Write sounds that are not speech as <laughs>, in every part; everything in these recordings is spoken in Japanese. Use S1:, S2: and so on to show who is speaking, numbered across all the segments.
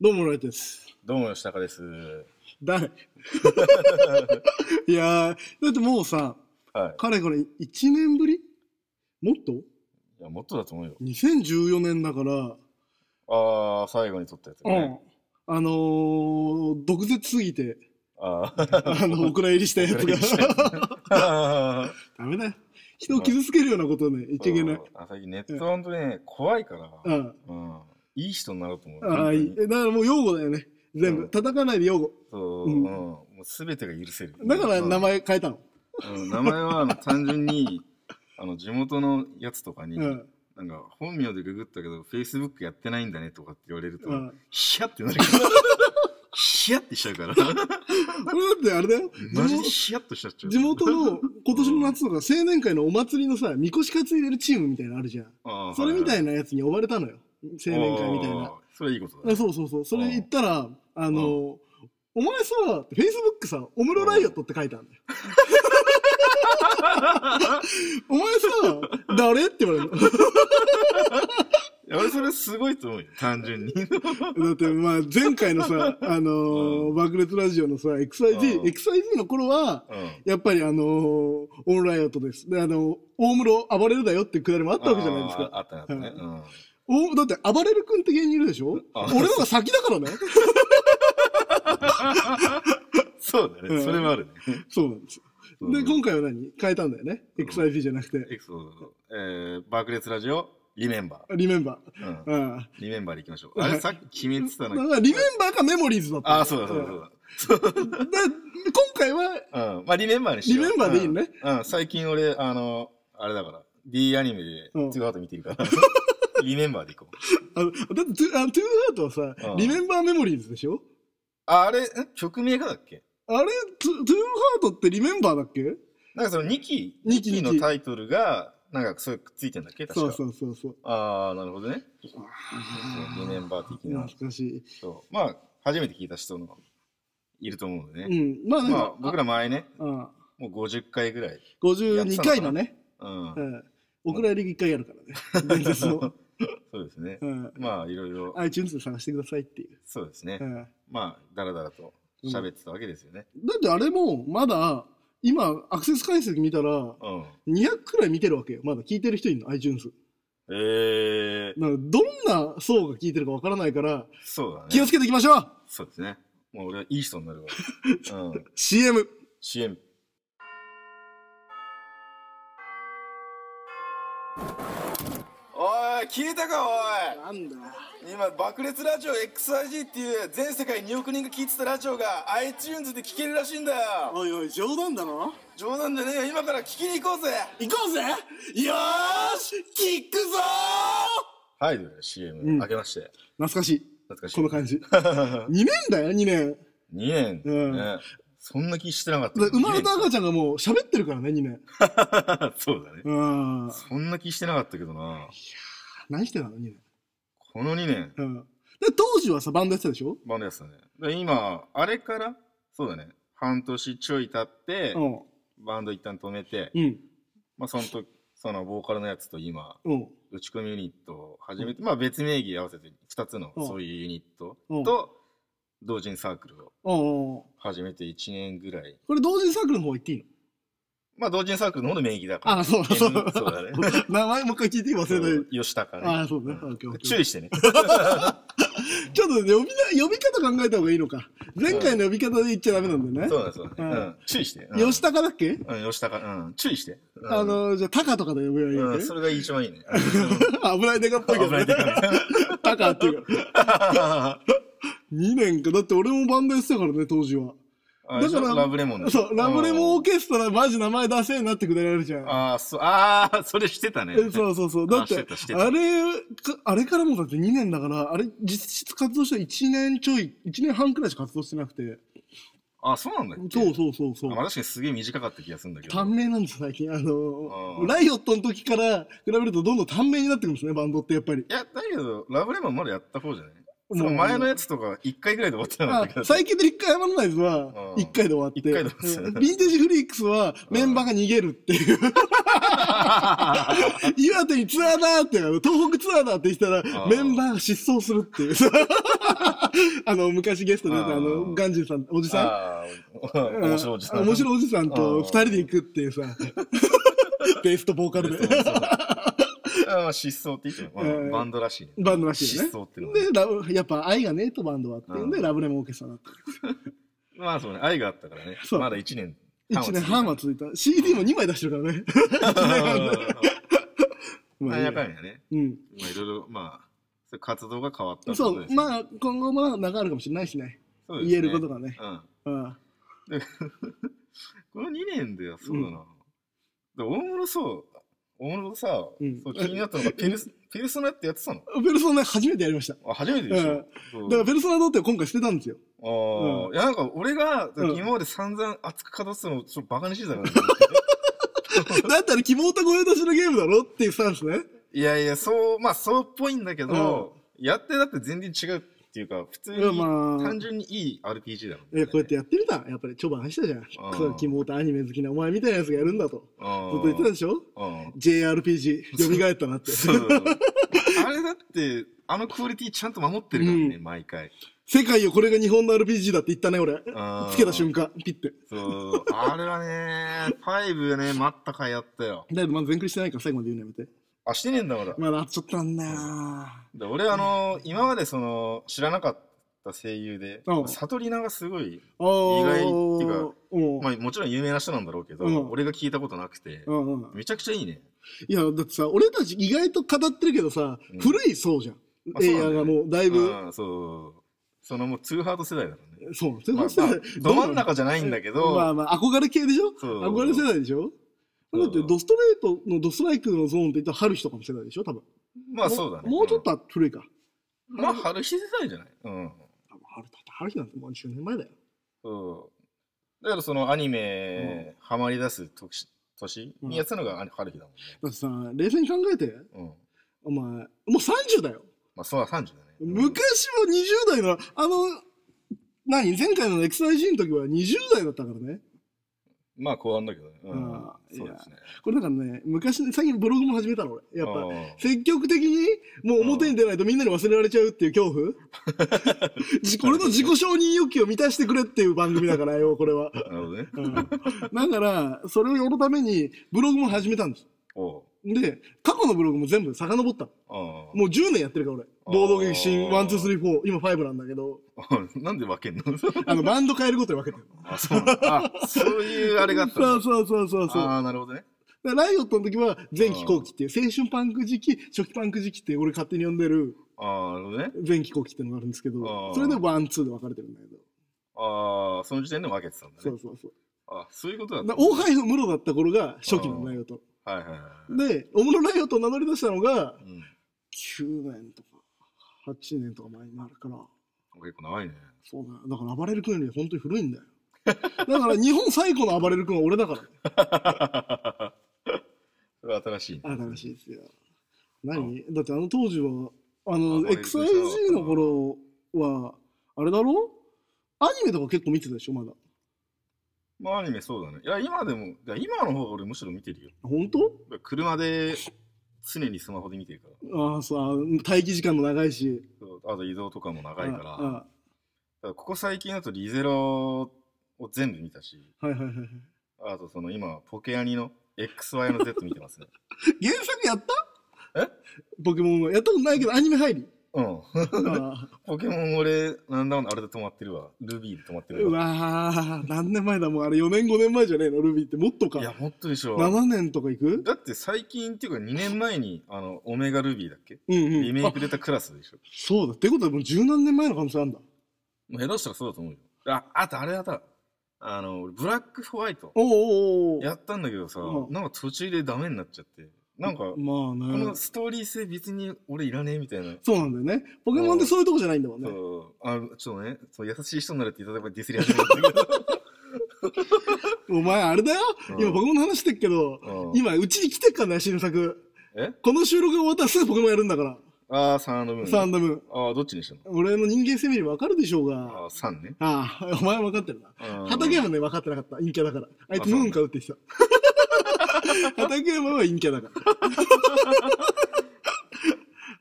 S1: どうも、ライトです。
S2: どうも、吉高です。
S1: 誰いやー、だってもうさ、
S2: はい。
S1: かれこれ1年ぶりもっと
S2: いや、もっとだと思うよ。
S1: ?2014 年だから、
S2: あー、最後に撮ったやつね。
S1: あのー、毒舌すぎて、
S2: あ
S1: <laughs>
S2: ー。
S1: あ
S2: <laughs>
S1: の、お蔵入りしたやつが。 <laughs>
S2: が。
S1: ダメだよ。人を傷つけるようなことね、いけいけない。
S2: あ最近ネット本当ね、怖いから、
S1: う。
S2: うんん。いい人になろうと思う。
S1: ああ、いい。
S2: 本
S1: えだからもう擁護だよね。全
S2: う
S1: 部。
S2: ん
S1: 叩かないで擁護。
S2: 当に
S1: う
S2: そう、うんん。もうすべてが許せる。
S1: だから
S2: うん
S1: 名。前変えたの。
S2: うん名前は、あの、単純に、 <laughs> あの、地元のやつとかに、
S1: うん。
S2: なんか、本名でググったけど、Facebook やってないんだねとかって言われると
S1: う、ん。
S2: ヒヤってなるから。 <laughs> ヒヤってしちゃ
S1: <laughs>
S2: うから。
S1: 俺だってあれだよ。
S2: マジでヒヤっとしちゃっちゃう。
S1: 地元の今年の夏とか青年会のお祭りのさ、みこし担いでるチームみたいなのあるじゃん。
S2: あー
S1: それみた
S2: はい
S1: なやつに呼ばれたのよ。青
S2: いはい
S1: 年会みたい
S2: あー
S1: な。
S2: それいいことだ
S1: あ
S2: ね。
S1: そうそうそう。それ言ったら、あの、お前さ、Facebook さ、オムロライオットって書いてあるん
S2: <laughs>
S1: だよ。お前さ、誰って言われるの。
S2: いや俺それすごいと思うよ、単純に。
S1: だって、まあ、前回のさ、あのー
S2: う
S1: 爆裂ラジオのさ、
S2: う
S1: XYZ、
S2: ん
S1: XYZ の頃は、
S2: うん
S1: やっぱ <laughs> りあのーオンライオットです。で、あの大室暴れるだよってくだりもあったわけじゃないですか。
S2: あーあったねあったね。
S1: う
S2: うん。
S1: おだって、暴れる君って芸人いるでしょ
S2: あ
S1: 俺のが先だ
S2: <laughs>
S1: からね。
S2: そうだ
S1: う
S2: ね、
S1: ん
S2: それもあるね。
S1: そうなんですよ。
S2: う
S1: で、
S2: ん
S1: 今回は何変えたんだよね。XIP じゃなくて。
S2: エクソ、えー、爆裂ラジオ、リメンバ
S1: リメンバー。
S2: ー。
S1: うん。
S2: うん。リメンバーでいきましょう。あれさっき決めてた
S1: だか
S2: の。
S1: ら、リメンバーかメモリーズだった。
S2: ああ、そうだそうだそう
S1: だ。
S2: だ。
S1: 今回は、
S2: うん。まあ、リメンバーにしよう。
S1: リメンバーでいいね
S2: うん。うん。最近俺、あの、あれだから、D アニメで
S1: うん、
S2: ツーアウト見てるから。リメンバーでいこう。
S1: あのだってトゥ、あのトゥーハートはさ
S2: う、ん
S1: リメンバーメモリーズでしょ
S2: ああれ、ん曲名がだっけ
S1: あれ、トゥトゥーハートってリメンバーだっけ
S2: なんかその2期、
S1: 二
S2: 2
S1: 期
S2: 期のタイトルが、なんかそれくっついてんだっけ確か。
S1: そうそうそうそう。
S2: ああ、なるほどね。リメンバー的な。
S1: 懐かしい。
S2: そうまあ、初めて聞いた人のいると思うので
S1: う
S2: ね。
S1: ん。まあ、なん
S2: まあ
S1: か、、
S2: 僕ら前ね、
S1: うん
S2: もう50回ぐらい。
S1: 52回だね。
S2: うん。
S1: うん。お蔵入り1回やるからね。伝説の。
S2: そうですね
S1: う。ん。
S2: まあ、いろいろ、
S1: iTunes で探してくださいっていう。
S2: そうですね
S1: う。ん
S2: まあ、だらだらと喋ってたわけですよね。
S1: だってあれも、まだ、今、アクセス解析見たら、
S2: うん。
S1: 200くらい見てるわけよ。まだ聞いてる人いるの、iTunes。
S2: ええー、
S1: だから、どんな層が聞いてるかわからないから、
S2: そうだ
S1: 気
S2: ね
S1: を。つけていきましょう
S2: そうですね。もう俺はいい人に
S1: <laughs>
S2: なるわ。うん。
S1: !CM!
S2: CM。おい、聞いたか、おい
S1: なんだ
S2: 今爆裂ラジオ XIG っていう全世界2億人が聴いてたラジオが iTunes で聴けるらしいんだよ
S1: おいおい、冗談だろ
S2: 冗談じゃねえよ今から聴きに行こうぜ
S1: 行こうぜよーし聞くぞ
S2: はいということで CM、
S1: うん
S2: 明けまして
S1: 懐かしい。
S2: 懐かしい
S1: この
S2: <laughs>
S1: 感じ。2
S2: 2
S1: 年だよ、2年。
S2: 年、
S1: うん
S2: ねそんな気してなかった
S1: だから生まれた赤ちゃんがもう喋ってるからね、2年。
S2: た <laughs> そうだね <laughs>
S1: うん。
S2: そんな気してなかったけどな
S1: 何してたの、2年。
S2: この2年
S1: うん。で、当時はさ、バンドやってたでしょ
S2: バンドやってたねで今あれからそうだね半年ちょい経って、
S1: うん。
S2: バンド一旦止めて、
S1: うん。
S2: まあその時そのボーカルのやつと今
S1: うん。
S2: 打ち込みユニットを始めて、まあ別名義合わせて2つの
S1: うん
S2: そういうユニット
S1: うん
S2: と同人サークル
S1: う
S2: を
S1: ん。
S2: 始めて1年ぐらい。
S1: これ同時サークルの方行っていいの
S2: まあ同人サークルの方の名義だから。
S1: あ、そうだ、
S2: うん
S1: そ
S2: そう
S1: だ。
S2: うだ
S1: <laughs>
S2: ね。
S1: 名前もう一回聞いて忘
S2: そ
S1: れな
S2: う
S1: い。
S2: 吉高ね。
S1: あそうね
S2: ん
S1: オッケーオッケー
S2: 注意してね。
S1: ちょっとね呼びな、呼び方考えた方がいいのか。前回の呼び方で言っちゃダメなんだよね
S2: そうだねそうだね。
S1: うん
S2: うん注意して。。
S1: 吉
S2: 高。
S1: 高だっけ
S2: うん、吉高。うん、注意して。うん
S1: あ、の、じゃあ、タカとかで呼べばいいわ
S2: うん
S1: け
S2: それが
S1: <laughs>
S2: 一番いいね。
S1: 危ないデカっぽいけ
S2: 危
S1: ど
S2: な
S1: ね
S2: いで。か
S1: タカっていうか。2年か。だって俺もバンドやってたからね、当時は。だ
S2: だ
S1: か
S2: からら、ラブレモンね
S1: そう、ラブレモンオー
S2: うん
S1: ケストラマジ名前出せえなってくだりあるじゃん。
S2: あーそうあー、 <laughs> それしてたね。
S1: え <laughs> そうそうそう。だっ
S2: あしててたして、た
S1: あれか、あれからもだって2年だから、あれ、実質活動して1年ちょい、1年半くらいしか活動してなくて。
S2: あ、そうなんだっけ
S1: そうそうそうそ
S2: あま
S1: う。
S2: あ確かにすげえ短かった気がするんだけど。
S1: 短命なんです、最近。あの
S2: う
S1: ー、
S2: ん
S1: ライオットの時から比べるとどんどん短命になってくるんですね、バンドってやっぱり。
S2: いや、だけど、ラブレモンまだやった方じゃない
S1: も
S2: そうう前のやつとか1回ぐらいで終わったんだけ
S1: あ
S2: ど。
S1: サイケデリック・アマノナイズ
S2: う
S1: は
S2: ん
S1: 1回で終わって、
S2: 一回で終わった
S1: うんヴィンテージ・フリークスはメンバーが逃げるって
S2: <laughs>
S1: いう。岩手にツアーだって、あの東北ツアーだって言ったら、
S2: うん
S1: メンバーが失踪するっていう。 <laughs> あの、昔ゲストで出たあ
S2: う
S1: の、
S2: ん
S1: ガンジーさん、おじさん
S2: ああ、面白いおじさ
S1: あ
S2: ん。
S1: 面白いおじさんと
S2: うん
S1: 二人で行くって
S2: <laughs>
S1: いうさ、ベースとボーカルで。
S2: ああ、失踪って言ってる、
S1: うん
S2: バンドらしいね。
S1: バンドらしいよね
S2: 失踪っていうのはね
S1: で、ラブやっぱ愛がねえとバンドはっていうんで、
S2: うん
S1: ラブレモンオーケストラだった。
S2: まあそうね、愛があったからね。
S1: そう
S2: まだ1年半は
S1: 1年半は
S2: つ
S1: 続いた。CD も2枚出してるからね。
S2: いて
S1: 1
S2: た
S1: 年
S2: う
S1: 半
S2: ん
S1: で。
S2: まあやっぱ
S1: い。
S2: りね、
S1: うん。
S2: まあいろいろ、まあ、そういう活動が変わったって
S1: そ
S2: ことで
S1: う、
S2: すね
S1: まあ、今後も長あるかもしれないしね。
S2: そうですね
S1: 言えることがね。
S2: うん。
S1: うん。
S2: この2年ではそうだな。で大物そう、大物さ、
S1: うん
S2: そう気になっ
S1: <laughs>
S2: たのがペルス、ペルソナってやってたの
S1: ペルソナ初めてやりました。だ
S2: あ、初めてでしょ、そう
S1: から、ペルソナドって今回捨てたんですよ。
S2: ああ、いやなんか俺が
S1: うん
S2: 今まで散々熱く語ってたのをちょっとバカにして
S1: <laughs>
S2: たからね、
S1: だったら、キモータ声出しのゲームだろっていうスタンスね。
S2: いやいや、そう、まあそうっぽいんだけど、やってだって全然違うっていうか、普通
S1: うん
S2: に、
S1: まあ
S2: 単。純にいい RPG だもん
S1: いや、こうやってやってみた。やっぱり、ちょばんしたじゃん。クソキモータアニメ好きなお前みたいなやつがやるんだと。ずっと言ってたでしょ
S2: うん。
S1: ?JRPG、蘇った
S2: <laughs>
S1: なって。
S2: そうそうそう。あれだって、あのクオリティちゃんと守ってるからね、
S1: う
S2: 毎回。
S1: 世界よ、これが日本の RPG だって言ったね、俺。
S2: あー
S1: つけた瞬間、ピッて。
S2: そう。あれはね、5ね、待った回やったよ。
S1: だけど、まだ全クリしてないから最後まで言うのやめて。
S2: あ、してねえんだ、まだ。
S1: まだ、ちょっとあんな
S2: で俺、あの、今までその、知らなかった声優で
S1: うん、
S2: 悟りながすごい、
S1: ーあ
S2: 意外っていうか
S1: うん。
S2: まあもちろん有名な人なんだろうけど、
S1: うん
S2: 俺が聞いたことなくて
S1: う、んうん。
S2: めちゃくちゃいいね。
S1: いや、だってさ、俺たち意外と語ってるけどさ、
S2: うん
S1: 古い層じゃん。
S2: まあ
S1: 映
S2: そ
S1: 画が
S2: うなんだよね
S1: もう、だいぶ、
S2: うん、そう。そのもう、ツーハード世代だからね。
S1: そう。そういう
S2: まあ
S1: こと <laughs>
S2: まあど真ん中じゃないんだけど、
S1: まあまあ、憧れ系でしょ
S2: そう
S1: 憧れ世代でしょ
S2: うん
S1: だって、ドストレートのドストライクのゾーンって言ったら、春日とかの世代でしょ多分。
S2: まあそうだね。
S1: もうちょっと古いか。
S2: うん。まあ、春日世代じゃないうん。
S1: 多分春日だって春日なんてもう10年前だよ。
S2: そう。だからそのアニメ、ハマり出す年年にやってたのがあ春日だもん
S1: だってさ、冷静に考えて、
S2: ね。うん。
S1: お前、もう30だよ。
S2: まあ、そうは30だね。うん
S1: 昔は20代の、あの、何前回の XIG の時は20代だったからね。
S2: まあ、後半だけどね。うん
S1: あ。ー
S2: そうですね。
S1: これだからね、昔ね、最近ブログも始めたの俺。やっぱ、
S2: ぱ。
S1: 積極的にもう表に出ないとみんなに忘れられちゃうっていう恐怖
S2: <laughs>
S1: じこれの自己承認欲求を満たしてくれっていう番組だからよ、これは。
S2: なるほど
S1: <laughs>
S2: ね。
S1: うん、だから、それをやるためにブログも始めたんです。
S2: おう。
S1: で、過去のブログも全部遡ったの。
S2: あ <laughs> あ。
S1: もう10年やってるから
S2: あー
S1: 俺。堂々激震1234、今5なんだけど、
S2: なんで分けんの <laughs>
S1: あの、バンド変えることで分けてる。
S2: あ、そうなんだ。あ、そういうあれがあったんだ
S1: そうそうそうそうそう。
S2: ああ、なるほどね。
S1: だからライオットの時は前期後期っていう青春パンク時期初期パンク時期って俺勝手に呼んでる
S2: ああ、なるほどね。
S1: 前期後期ってのがあるんですけ
S2: あ
S1: ど
S2: ー
S1: それでワンツーで分かれてるんだけど
S2: ああ、その時点で分けてたんだね。
S1: そうそうそう
S2: あそういうことだっ
S1: だか
S2: た。
S1: ら大海部室だった頃が初期のライオット
S2: はいはいはいは
S1: で大室ライオットを名乗り出したのが
S2: い。うん。
S1: 9年とか8年とか前になるから
S2: 結構長いね。 <laughs>
S1: そうだよだから暴れる君より本当に古いんだよだから日本最古の暴れる君は俺だから
S2: それは新しいね。
S1: 新しいですよ。何だってあの当時は、あの、
S2: あ
S1: XIG の頃は、あれだろアニメとか結構見てたでしょ、まだ。
S2: まあアニメそうだね。いや、今でも、いや今の方が俺むしろ見てるよ。
S1: 本当
S2: 車で常にスマホで見てるから。
S1: ああ、そう、あ待機時間も長いし。
S2: そうあと移動とかも長いから。だ
S1: あ
S2: からここ最近だとリゼロを全部見たし、
S1: あはいはいはいはい。
S2: あとその今、ポケアニの XY の Z 見
S1: <laughs>
S2: てますね。
S1: 原作やったポケモンは。やったことないけど、アニメ入り。
S2: うん。
S1: ああ
S2: ポケモン俺、なんだかんだあれで止まってるわ。ルビーで止まって
S1: う
S2: るわ。
S1: わー何年前だもうあれ4年5年前じゃねえのルビーってもっと
S2: いや、
S1: か
S2: ほんとでしょ。
S1: 7年とかいく
S2: だって最近っていうか2年前に、あの、オメガルビーだっけ
S1: うん
S2: リ
S1: うん
S2: メイ
S1: あ
S2: ク出たクラスでしょ。
S1: そうだってことはもう十何年前の可能性あるんだ
S2: もう下手したらそうだと思うよ。あ、あとあれだった。あの、俺ブラックホワイト。
S1: おうおうおう
S2: やったんだけどさ、
S1: うん
S2: なんか途中でダメになっちゃって。なんか、こ
S1: まあね
S2: のストーリー性別に俺いらねえみたいな。
S1: そうなんだよね。ポケモンってそういうとこじゃないんだもんね
S2: そ。う、あの、ちょっとね、そう優しい人になれっていただけばディスり始めたんだけ
S1: <laughs>
S2: ど。
S1: お前あれだよ
S2: うん
S1: 今ポケモンの話してっけど、
S2: うん
S1: 今うちに来てっからね、新作。
S2: え
S1: この収録が終わったらすぐポケモンやるんだから。
S2: あああ、サンドムーン。
S1: サンドムーン。
S2: ああ、どっちにしたの
S1: 俺の人間性見ればわかるでしょう
S2: あ
S1: が。
S2: あ、サンね。
S1: ああ、お前分かってるな。
S2: あー
S1: 畠山ね、分かってなかった。陰キャだから。あい
S2: あ
S1: つ
S2: そう
S1: ム
S2: な
S1: ー
S2: ん
S1: ン
S2: だ
S1: 買うって言って
S2: <laughs>
S1: た。畠山は陰キャだから。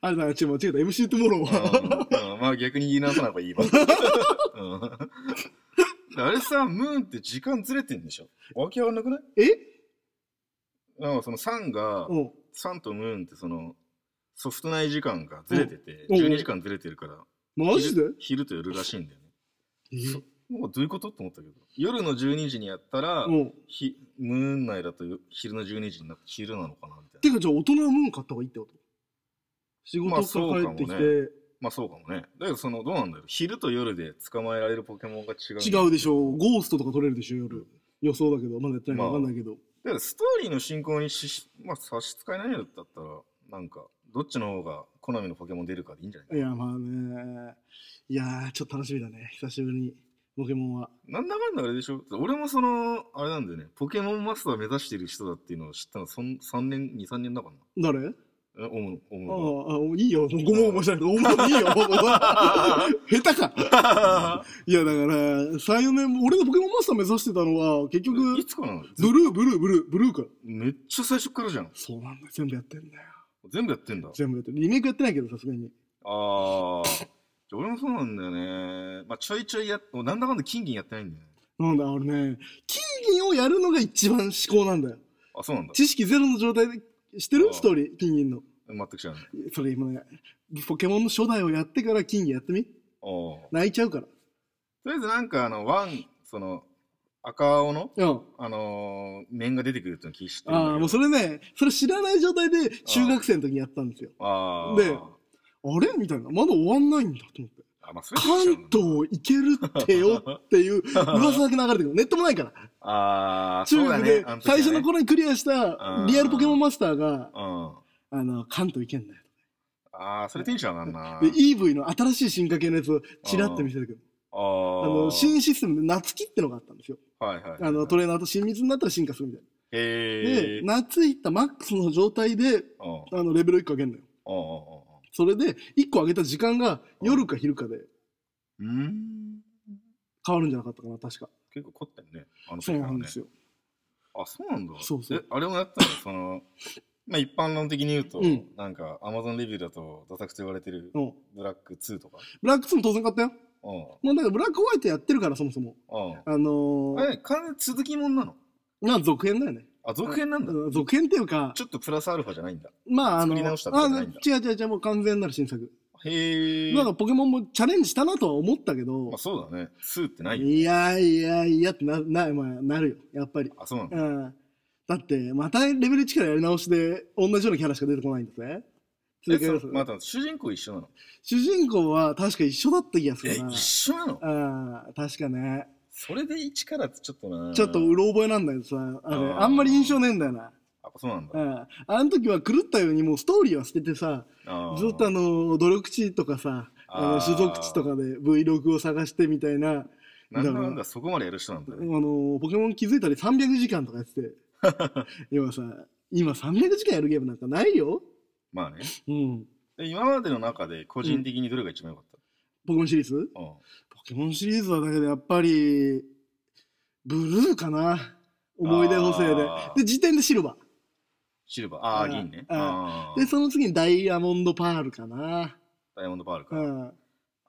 S1: あれだ、ちょ、間違えた。MC トゥモローは。
S2: うんうんまあ逆に言い直さない方がいいわ。
S1: <laughs>
S2: うんあれさ、ムーンって時間ずれてんでしょわけわかんなくない
S1: え
S2: なんかそのサンが、
S1: うん。
S2: サンとムーンってその、ソフト内時間がずれてて、
S1: うん
S2: 12時間ずれてるから、
S1: マジで
S2: 昼昼と夜らしいんだよね。
S1: え
S2: もうどういうことと思ったけど。夜の12時にやったら、
S1: うん。
S2: ひムーン内だとよ昼の12時になって昼なのかなみたい
S1: て
S2: な。
S1: か、じゃあ大人はムーン買った方がいいってこと仕
S2: まあ
S1: 事
S2: そ
S1: か
S2: う
S1: ら
S2: か
S1: 帰
S2: も
S1: ってきて、
S2: まあそうかもね。だけどその、どうなんだろう。昼と夜で捕まえられるポケモンが違う。
S1: 違うでしょう。ゴーストとか取れるでしょ、夜。予想だけど、まだやってないから分かんないけど。
S2: だからストーリーの進行にしし、まあ、差し支えないのだったら、なんか、どっちの方が好みのポケモン出るかでいいんじゃない
S1: いや、まあね。いやー、ちょっと楽しみだね。久しぶりに、ポケモンは。
S2: なんだかんだあれでしょ俺もその、あれなんだよね、ポケモンマスター目指してる人だっていうのを知ったの、そん3年、2、3年だか
S1: 誰、あ
S2: らな。え、おむ、お
S1: あ
S2: む。
S1: あ、いいよ。もうごもごもしないけど、お前いいよ。下手か。いや、だから、3、4年、俺がポケモンマスター目指してたのは、結局、
S2: いつからなのず
S1: ブルー、ブルー、ブルー、ブルーから。
S2: めっちゃ最初からじゃん。
S1: そうなんだよ。全部やってんだよ。
S2: 全部やってんだ。
S1: 全部やってる。リメイクやってないけど、さすがに。
S2: ああ。じゃあ俺もそうなんだよね。まあ、ちょいちょいやっ、もうなんだかんだ金銀やってないんだよね。
S1: なんだ、あれね、金銀をやるのが一番思考なんだよ。
S2: あ、そうなんだ。
S1: 知識ゼロの状態で、知って
S2: あ
S1: る
S2: あ
S1: ストーリー、金銀の。
S2: 全く知らない。
S1: それ今ね、ポケモンの初代をやってから金銀やってみ
S2: ああ。
S1: 泣いちゃうから。
S2: とりあえずなんかあの、ワン、その、赤青の、
S1: うん。
S2: あのー面が出てくるっていうの聞いてるんだけど
S1: ああ、もうそれね、それ知らない状態で中学生の時にやったんですよ。
S2: あー
S1: であれみたいな。まだ終わんないんだと思って。
S2: あ、まあ、それ聞いちゃ
S1: 関
S2: うんだ
S1: 東行けるってよって
S2: <laughs>
S1: いう噂だけ流れてくる。ネットもないから。
S2: ああ、
S1: 中
S2: そうだ
S1: 学
S2: ね
S1: で
S2: あの時は
S1: 最
S2: ね
S1: 初の頃にクリアしたリアルポケモンマスターが、
S2: うん。
S1: あの、関東行けんだよ。
S2: ああ、それテンション上が
S1: で、
S2: るな。
S1: EV の新しい進化系のやつをチラッて見せるけど、
S2: あ
S1: あ
S2: あ
S1: の、新システムで夏木ってのがあったんですよ。
S2: はいはい。
S1: あの、トレーナーと親密になったら進化するみたいな。
S2: へ
S1: で
S2: え。、うん。
S1: 夏行ったマックスの状態で、
S2: うんうん
S1: あの、レベル1個上げんだよ。それで、1個上げた時間が夜か昼かで
S2: うんうん。うん。
S1: 変わるんじゃなかったかな、確か。
S2: 結構凝ってんね。あの時
S1: そう
S2: は
S1: なん
S2: ね
S1: で。すよ。
S2: あ、そうなんだ。
S1: そうそう
S2: えあれもやったの <laughs> その、まあ一般論的に言うと
S1: うん、
S2: なんか、アマゾンレビューだと、ダサくと言われてる、
S1: うん。
S2: ブラック2とか。
S1: ブラックスも当然買ったよ。
S2: う
S1: もうだからブラックホワイトやってるから、そもそも。
S2: ん。うん。
S1: あの
S2: あ
S1: ー、
S2: れ、完全続きもんなの
S1: まあ続編だよね。
S2: あ、続編なんだ。
S1: うん続編っていうか、
S2: ちょっとプラスアルファじゃないんだ。
S1: まああの、
S2: 作り直したとかじゃ
S1: あ
S2: ないんだ
S1: 違う違う違う、もう完全なる新作。
S2: へえ。
S1: なんかポケモンもチャレンジしたなとは思ったけど、
S2: まあそうだね。2ってないよ。
S1: いやいやいやってな、な、まあ、なるよ、やっぱり。
S2: あ、そうなんだ。
S1: うん。だって、またレベル1からやり直しで、同じようなキャラしか出てこないんですね。続け
S2: え
S1: ま
S2: そ
S1: す
S2: うまた主人公一緒なの
S1: 主人公は確か一緒だった気がす
S2: え
S1: るな
S2: 一。緒なの
S1: ああ、確かね。
S2: それで1からってちょっとな
S1: ちょっとうろ覚えなんだけどさ、あれ、
S2: あー
S1: あんまり印象ねえんだよな。
S2: あそうなん
S1: う
S2: だ
S1: ん。あの時は狂ったようにもうストーリーは捨ててさ、
S2: あー
S1: ずっとあの、努力値とかさ、あの、
S2: あー
S1: 種族値とかで Vlog を探してみたいな、
S2: なんだか
S1: だ
S2: ん
S1: から
S2: だそこまでやる人なん
S1: あ
S2: だね
S1: の、ポケモン気づいたり300時間とかやって <laughs> て。要はさ、今300時間やるゲームなんかないよ。
S2: まあね
S1: うん。
S2: で今までの中で個人的にどれが一番良かっ
S1: ポケモンシリーズ
S2: たうん
S1: ポケモンシリーズはだけどやっぱり、ブルーかな。思い出補正で
S2: あ。ー
S1: で、時点でシルバ
S2: シルバーあ
S1: あ
S2: あ
S1: ー
S2: 銀ね
S1: あ
S2: あ
S1: ー。で、
S2: ー
S1: その次にダイヤモンドパールかな。
S2: ダイヤモンドパール
S1: う
S2: か
S1: ん。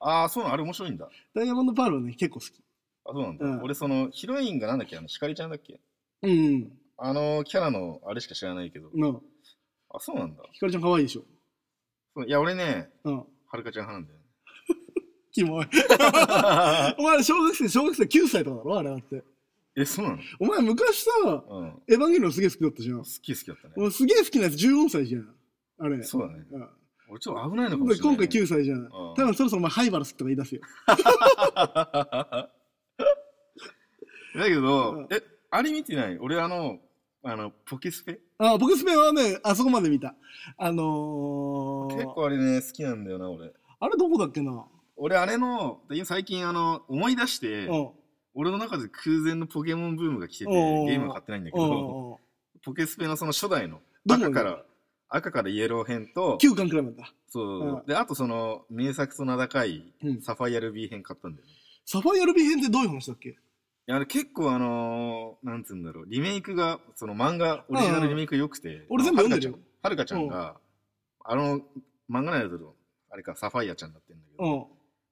S2: ああそうなのあれ面白いんだ
S1: ダイヤモンドパールはね、結構好き。
S2: あそうなん
S1: う
S2: だ
S1: ん
S2: 俺そのヒロインがなんだっけあのひかりちゃんだっけ
S1: うん。
S2: あのキャラのあれしか知らないけど
S1: なあ
S2: あそうなんだ
S1: ひかりちゃん可愛いでしょ。
S2: そういや俺ね
S1: うん。
S2: はるかちゃん派なんだよね
S1: キモい。 <laughs> お前小学生、小学生9歳とかだろあれだって。
S2: えそうなの
S1: お前昔さ、
S2: うん
S1: エヴァンゲリオンすげえ好きだったじゃん
S2: 好。き好きだったね
S1: 俺すげえ好きなやつ14歳じゃん。あれ。
S2: そうだね
S1: うん
S2: 俺ちょっと危ないのかも
S1: で
S2: しれな
S1: 今
S2: いね
S1: 回9歳じゃ
S2: <laughs>
S1: ん。多分そろそろお前ハイバラスとか言い出すよ。
S2: だけ
S1: う
S2: ど
S1: ん、
S2: え、あれ見てない俺あの、あの、ポケスペ
S1: あ、僕スペはね、あそこまで見た。あのー、
S2: 結構あれね、好きなんだよな、俺。
S1: あれどこだっけな
S2: 俺あれの、今最近あの、思い出し
S1: う
S2: て
S1: ん。、
S2: 俺の中で空前のポケモンブームが来てて、
S1: うん
S2: ゲームは買ってないんだけ
S1: うん
S2: ど、ポケスペのその初代の、
S1: どこ
S2: 赤から、赤からイエロー編と、
S1: 9巻くらいまでだ。
S2: そう、
S1: うん
S2: で、あとその、名作と名高い
S1: うん、
S2: サファイアルビー編買ったんだよね。
S1: サファイアルビー編ってどういう話だっけ
S2: いや、あれ結構あのー、なんつうんだろう、リメイクが、その漫画、オリジナルリメイクが良くて、
S1: 俺全部読んでるよ。
S2: はるかちゃんはるかちゃんが、あの、漫画内だと、あれか、サファイアちゃんになってんだけ
S1: う
S2: ど、
S1: ん。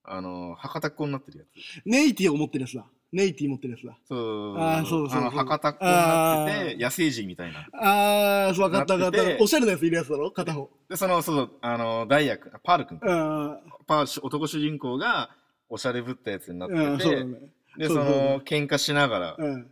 S2: あのー、博多っ子になってるやつ。
S1: ネイティを持ってるやつだ。ネイティ持ってるやつだ。
S2: そう、
S1: あーそうそうそう
S2: あの、博多っ子になって
S1: あー
S2: て、野生児みたいな。
S1: あー、そう、わかったわかっ
S2: なってて
S1: た。おしゃれなやついるやつだろ片方。
S2: で、その、そうそう、あの、ダイヤ君、あパール君か、
S1: うん。
S2: パーシュ、男主人公が、おしゃれぶったやつにな
S1: うん、
S2: って
S1: そう
S2: て、
S1: だね。
S2: で、
S1: そ
S2: そう
S1: そう
S2: の、喧嘩しながら、
S1: うん。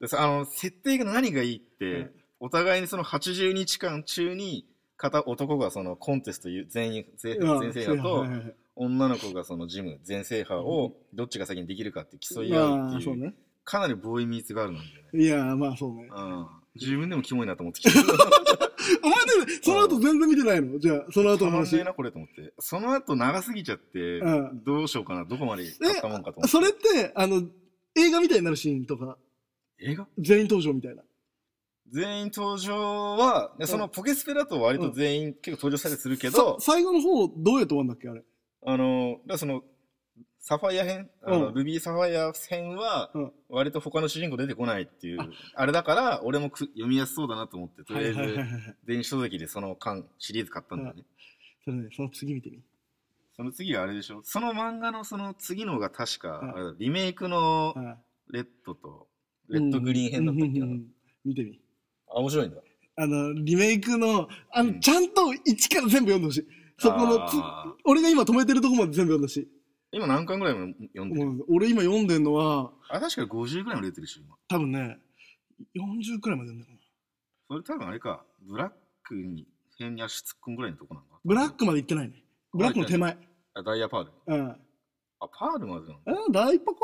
S2: でさあの、設定が何がいいって、
S1: うん
S2: お互いにその80日間中に、片男がそのコンテスト全員、全
S1: うん
S2: 全制覇と
S1: はい、はいはい
S2: 女の子がそのジム全制覇をどっちが先にできるかって競い
S1: ま
S2: 合う
S1: あ、
S2: って
S1: そ
S2: いうう、
S1: ね。
S2: かなりボーイミーツガールなんだよ
S1: い
S2: ね。
S1: やー、まあそうね。
S2: うん。自分でもキモいなと思っ
S1: <laughs>
S2: てきた。 <laughs>
S1: あ、まあでも、その後全然見てないのじゃあ、その後
S2: た
S1: の
S2: まんね
S1: 話
S2: え。な、これと思って。その後長すぎちゃって、
S1: うん
S2: どうしようかな、どこまで買ったもんかと思って。
S1: それって、あの、映画みたいになるシーンとか、
S2: 映画
S1: 全員登場みたいな。
S2: 全員登場は、でそのポケスペだと割と全員結構登場されたりするけど、
S1: さ最後の方、どうやって終わんだっけあれ。
S2: あの、だからその、サファイア編、あの
S1: うん
S2: ルビーサファイア編は
S1: うん、
S2: 割と他の主人公出てこないっていう、あれだから、俺もく読みやすそうだなと思って、とりあえ
S1: はいはいは
S2: ず、
S1: いはい。
S2: 電子書籍でその巻、シリーズ買ったんだよね。
S1: それね、その次見てみ。
S2: その次はあれでしょその漫画のその次のが確
S1: うん
S2: か、あれだリメイクの
S1: はい
S2: レッドと、レッドグリーン編だったっけ
S1: うんうんう
S2: な。
S1: ん見てみ。
S2: あ、面白いんだ。
S1: あの、リメイクの、あの、
S2: うん
S1: ちゃんと一から全部読んでほしい。そこのつ、
S2: あー
S1: 俺が今止めてるとこまで全部読んでほしい。
S2: 今何巻ぐらいも読んで
S1: も
S2: る
S1: う俺今読んでんのは、
S2: あ、確か50ぐらいも出てるでしょ、今。
S1: 多分ね、40くらいまで読んだかな。
S2: それ多分あれか、ブラックに、編に足突っ込むぐらいのとこなのかな。
S1: ブラックまで行ってないね。ブラックの手前。
S2: あダイヤパール。
S1: うん。
S2: あ、パールまでなの
S1: え第一歩か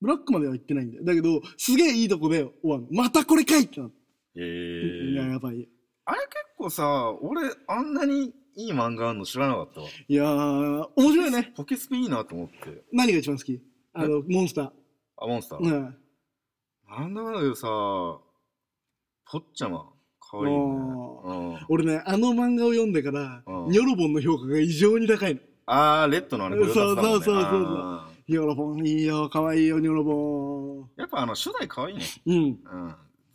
S1: ブラックまでは行ってないんだよ。だけど、すげえいいとこで終わるの。またこれかいってなって。
S2: え
S1: いや、やばい。
S2: あれ結構さ、俺、あんなにいい漫画あるの知らなかったわ。
S1: いやー、面白いね。
S2: ポケスピいいなと思って。
S1: 何が一番好きあの、モンスター。
S2: あ、モンスター。
S1: うん。
S2: なんだかんだけどさ、ポッチャマ、かわいいよね。うん
S1: 俺ね、あの漫画を読んでから
S2: う、ん
S1: ニョロボンの評価が異常に高いの。
S2: あー、レッドのあれ、
S1: そうそうそうそう
S2: これだったもんねあー
S1: ニョロボンいいよ、可愛いよ、ニョロボン。
S2: やっぱあの、初代かわいいね。
S1: うん。
S2: うん。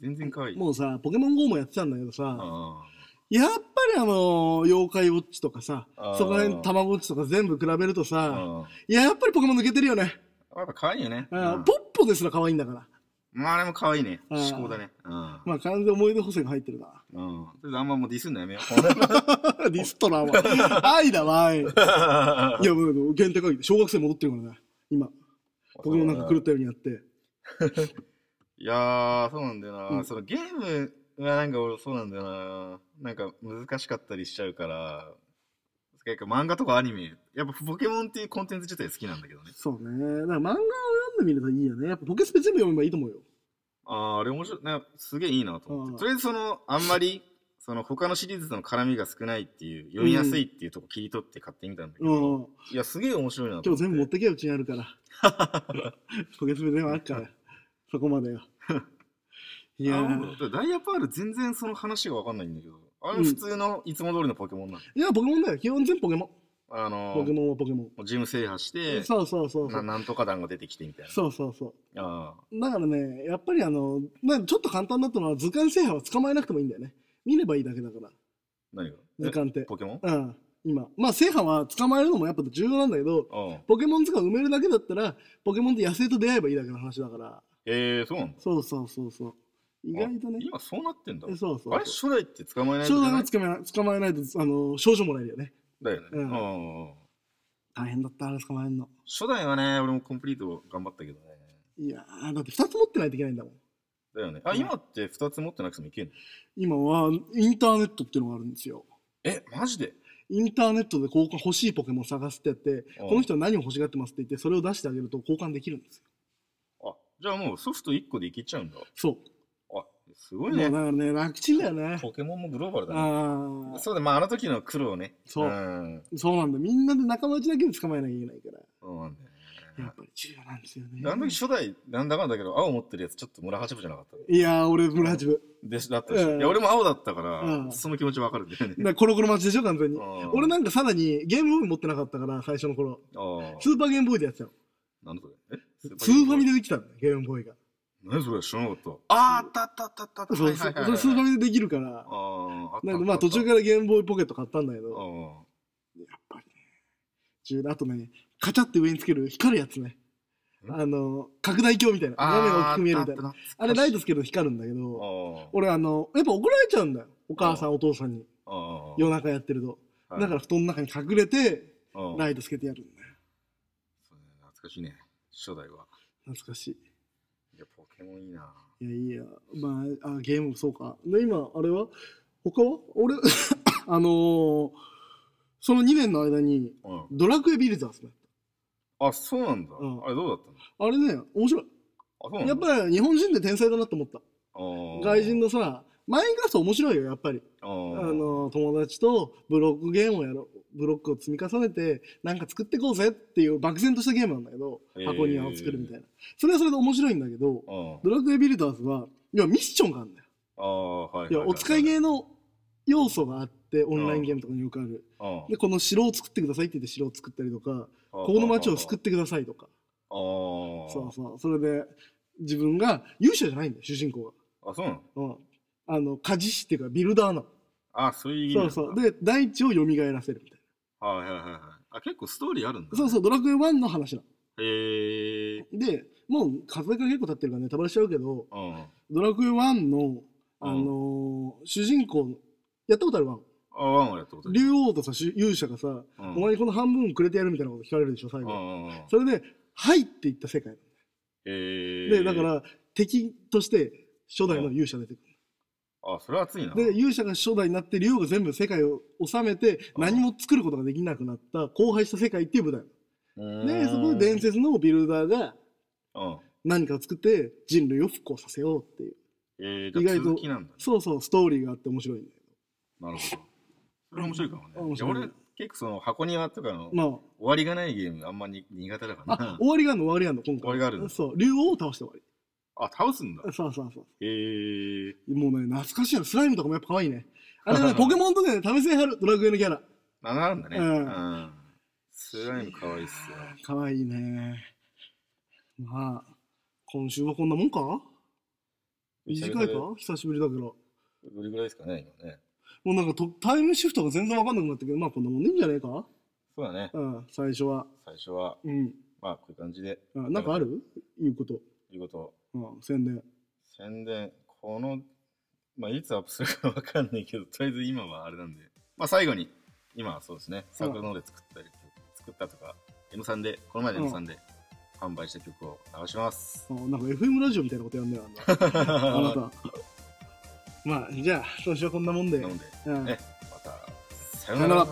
S2: 全然かわいい。
S1: もうさ、ポケモン GO もやってたんだけどさ、
S2: あ
S1: やっぱりあのー妖怪ウォッチとかさ、
S2: あー
S1: そこら辺、たまごっちとか全部比べると
S2: ー
S1: さ、
S2: うん。
S1: やっぱりポケモン抜けてるよね。
S2: やっぱかわいいよね。
S1: う
S2: うんん
S1: ポッポですら可愛いんだから。
S2: まあ、あれもかわいいね。
S1: うん
S2: 思考だね。うん。
S1: まあ完全に思い出補正が入ってるな。 <laughs>
S2: うん。とりあえずあんまもうディスんのやめよ
S1: ディストラー
S2: <laughs>
S1: は。愛だわ、愛。いや、
S2: う。
S1: もう、限定会議で小学生戻ってるからね、今。ポケモンなんか狂ったようにやって。
S2: いやー、そうなんだよな。
S1: うん
S2: そのゲームがなんか俺そうなんだよな。なんか難しかったりしちゃうから。結構漫画とかアニメ、やっぱポケモンっていうコンテンツ自体好きなんだけどね。
S1: そうね。だから漫画を読んでみるといいよね。やっぱポケスペ全部読めばいいと思うよ。
S2: あー、あれ面白い。なすげえいいなと思っ
S1: うん
S2: て。とりあえずその、あんまり、その他のシリーズとの絡みが少ないっていう、読みやすいっていうとこ切り取って買ってみたんだけ
S1: う
S2: ど。
S1: ん。
S2: いや、すげえ面白いなと
S1: 今
S2: 思っ
S1: 日
S2: て。
S1: 全部持ってけよ、うちにあるから。
S2: <laughs>
S1: ポケスペ全部あるから。そこまでよ。い
S2: いや
S1: や
S2: ー
S1: ー。
S2: だからダイヤパール全然その話がわかんないんだけど。あれ普通の、いつも通りのポケモンなの。
S1: いや、ポケモンだよ。基本全部ポケモン。
S2: あのー
S1: ポケモンはポケモン。
S2: ジム制覇して、
S1: そうそうそうそ
S2: な
S1: う。
S2: なんとか団が出てきてみたいな。
S1: そうそうそ
S2: ああ
S1: う。だからね、やっぱりあの、なんかちょっと簡単だったのは図鑑制覇は捕まえなくてもいいんだよね。見ればいいだけだから、
S2: 何が
S1: 図鑑って
S2: え。ポケモン
S1: うん、今。まあ制覇は捕まえるのもやっぱ重要なんだけど、
S2: うん。
S1: ポケモン図鑑埋めるだけだったら、ポケモンと野生と出会えばいいだけの話だから。
S2: ええそうなんだ。
S1: そうそうそうそう。意外とね。
S2: 今そうなってんだ。
S1: えそうそう
S2: あれ初代って捕まえない
S1: 少
S2: といけ
S1: 年
S2: な
S1: はい捕まえ捕まえないと、あの、少女もらえるよね。
S2: だよね。
S1: うん
S2: うんうん。
S1: 大変だった、あれ捕まえるの。
S2: 初代はね、俺もコンプリート頑張ったけどね。
S1: いやー、だって2つ持ってないといけないんだもん。
S2: だよね。あ、
S1: うん
S2: 今って2つ持ってなくてもいけんの
S1: 今は、インターネットっていうのがあるんですよ。
S2: え、マジで
S1: インターネットで交換欲しいポケモン探すってやって、
S2: うん
S1: この人は何を欲しがってますって言って、それを出してあげると交換できるんですよ。
S2: あ、じゃあもうソフト1個でいけちゃうんだ。
S1: そ
S2: あ、す
S1: う。
S2: ごい
S1: もうだ
S2: ね。
S1: からね、楽ちんだよね。
S2: ポケモンもグローバルだね。
S1: ああ、
S2: そうだ、まああの時の苦労ね。。
S1: そうんそうなんだ。みんなで仲間内だけで捕まえなきゃいけないから。
S2: そうなんだよね。
S1: やっぱり重要なんですよね。
S2: あの時初代、なんだかんだけど、青持ってるやつ、ちょっと村八分じゃなかった。
S1: いやー、俺、村八分。
S2: でしだったでしょ、
S1: うん
S2: いや、俺も青だったか
S1: う
S2: ら、
S1: ん
S2: その気持ちわかるんだよね。
S1: だからコロコロ待ちでしょ、完全に。
S2: うん
S1: 俺なんかさらにゲームボーイ持ってなかったから、最初の頃。
S2: ああ。
S1: スーパーゲームボーイでやってたの。
S2: なんだそれ。え
S1: スーファミでできたんだよ、ゲームボーイが。
S2: 何それ知らなかった。ああ、あったあったあったあったあった。
S1: そう、そ
S2: はいはいはい
S1: れスーファミでできるから。
S2: ああ、あった。
S1: なんかまあ途中か
S2: が。
S1: らゲームボーイポケット買ったんだけ
S2: あ
S1: ど、
S2: あ。
S1: やっぱりね。重要あとね、カチャって上につける光るやつね。
S2: ん
S1: あの、拡大鏡みたいな。画面が大きく見えるみたいな。
S2: な。
S1: あれライト
S2: あ
S1: つけると光るんだけ
S2: あ
S1: ど、
S2: ー。
S1: 俺あの、やっぱ怒られちゃうんだよ。お母さん、お父さんに。
S2: あ
S1: 夜中やってると。
S2: あ。
S1: だから布団の中に隠れて、
S2: ら、うん
S1: ライトつけてやるんだよ。
S2: そうね懐かしいね。初代は。
S1: 懐かしい。
S2: いや、ポケモンいいな。
S1: いや、いいや。まあ、あゲームもそうか。で、今、あれは他は俺、 <coughs> あのーその2年の間に、
S2: うん。
S1: ドラクエビルザーズね。
S2: あ、そうなんだ。
S1: うん
S2: あれどうだったの
S1: あれね、面白い。
S2: あ、そうなんだ。
S1: やっぱり日本人で天才だなと思った。外
S2: 外
S1: 人のさ、マインクラフト面白いよ、やっぱり。
S2: あ
S1: あ
S2: ー
S1: の、友達とブロックゲームをやろう。ブロックを積み重ねて、なんか作ってこうぜっていう漠然としたゲームなんだけど、
S2: えー
S1: 箱庭を作るみたいな。それはそれで面白いんだけど、
S2: うん
S1: ドラクエビルダーズは、要はミッションがあるんだよ。
S2: ああはい
S1: いや、お使い
S2: ー
S1: 芸の要素があって、オンラインゲームとかによくある。
S2: こ
S1: で、この城を作ってくださいって言って城を作ったりとか、ここの町を救ってくださいとか。
S2: あー
S1: そうそう。それで、自分が勇者じゃないんだよ、主人公が。
S2: あそうなの
S1: うん。あの、鍛冶師っていうか、ビルダーなの。
S2: あそういう意味
S1: そう
S2: な
S1: そ
S2: ん
S1: う。
S2: だ
S1: で、大地を蘇らせるみたい
S2: はいはいはいはいあ結構ストーリーあるんだ
S1: な。そうそう、ドラクエ1の話だ。
S2: うへえ
S1: で、もう、数えから結構経ってるからね、たばれしちゃうけど、
S2: うん
S1: ドラクエ1の、あのー主人公の、やったことあるわ。
S2: あワンはやったことない
S1: 竜王とさ、主勇者がさ、
S2: うん
S1: お前にこの半分くれてやるみたいなこと聞かれるでしょ、最
S2: うん
S1: 後。
S2: うんうん
S1: それで、はいって言った世界。
S2: へえ
S1: で、だから、敵として、初代の勇者出てく
S2: あそれは熱いな
S1: る。で、勇者が初代になって、竜王が全部世界を治めて、
S2: うん
S1: 何も作ることができなくなった、荒廃した世界っていう舞台。
S2: うーん
S1: で、そこで伝説のビルダーが
S2: うん
S1: 何かを作って人類を復興させようっていう。
S2: えーじ
S1: 意
S2: ゃあ
S1: 外と
S2: 続きなんだね
S1: そうそう、ストーリーがあって面白いんだよ。
S2: なるほどそれ面白いかもね
S1: 面
S2: いや
S1: 白い
S2: 俺結構その箱庭とかの終
S1: ま
S2: わりがないゲームあんまり苦手だか
S1: あ、
S2: ら
S1: あ
S2: な、
S1: 終わりがあるの終わりがあるの、今回。
S2: 終わりがあるんだ
S1: そう、竜王を倒して終わり。
S2: あ倒すんだ
S1: そうそうそう。
S2: へえ
S1: もうね、懐かしいの。スライムとかもやっぱ可愛い
S2: <laughs>
S1: ね。あれね、ポケモンとかで試せはる、ドラクエのキャラ。
S2: あなるんだね。う。
S1: うん
S2: スライムかわいいっすよ。
S1: 可愛いね。まあ、今週はこんなもんか短いか久しぶりだけど。
S2: どれぐらいですかね、今ね。
S1: もうなんかとタイムシフトが全然わかんなくなったけど、まあこんなもんでいいんじゃねえか
S2: そうだね。
S1: うん、最初は。
S2: 最初は、
S1: うん。
S2: まあ、こういう感じで、
S1: あなんかあるいうこと。
S2: いうこと、
S1: うん、宣伝。
S2: 宣伝、この、まあ、いつアップするかわかんないけど、とりあえず今はあれなんで、まあ、最後に、今はそうですね、サークルノーで作ったり、作ったとか、M3 で、この前
S1: う
S2: の
S1: ん
S2: M3 で販売した曲を流します。
S1: あなんか FM ラジオみたいなことやんねよ、あんな
S2: <laughs>
S1: あなた。 <laughs> まあ、じゃあ、今週はこんなもんで。
S2: なので、
S1: うん
S2: ね、また、さようなら。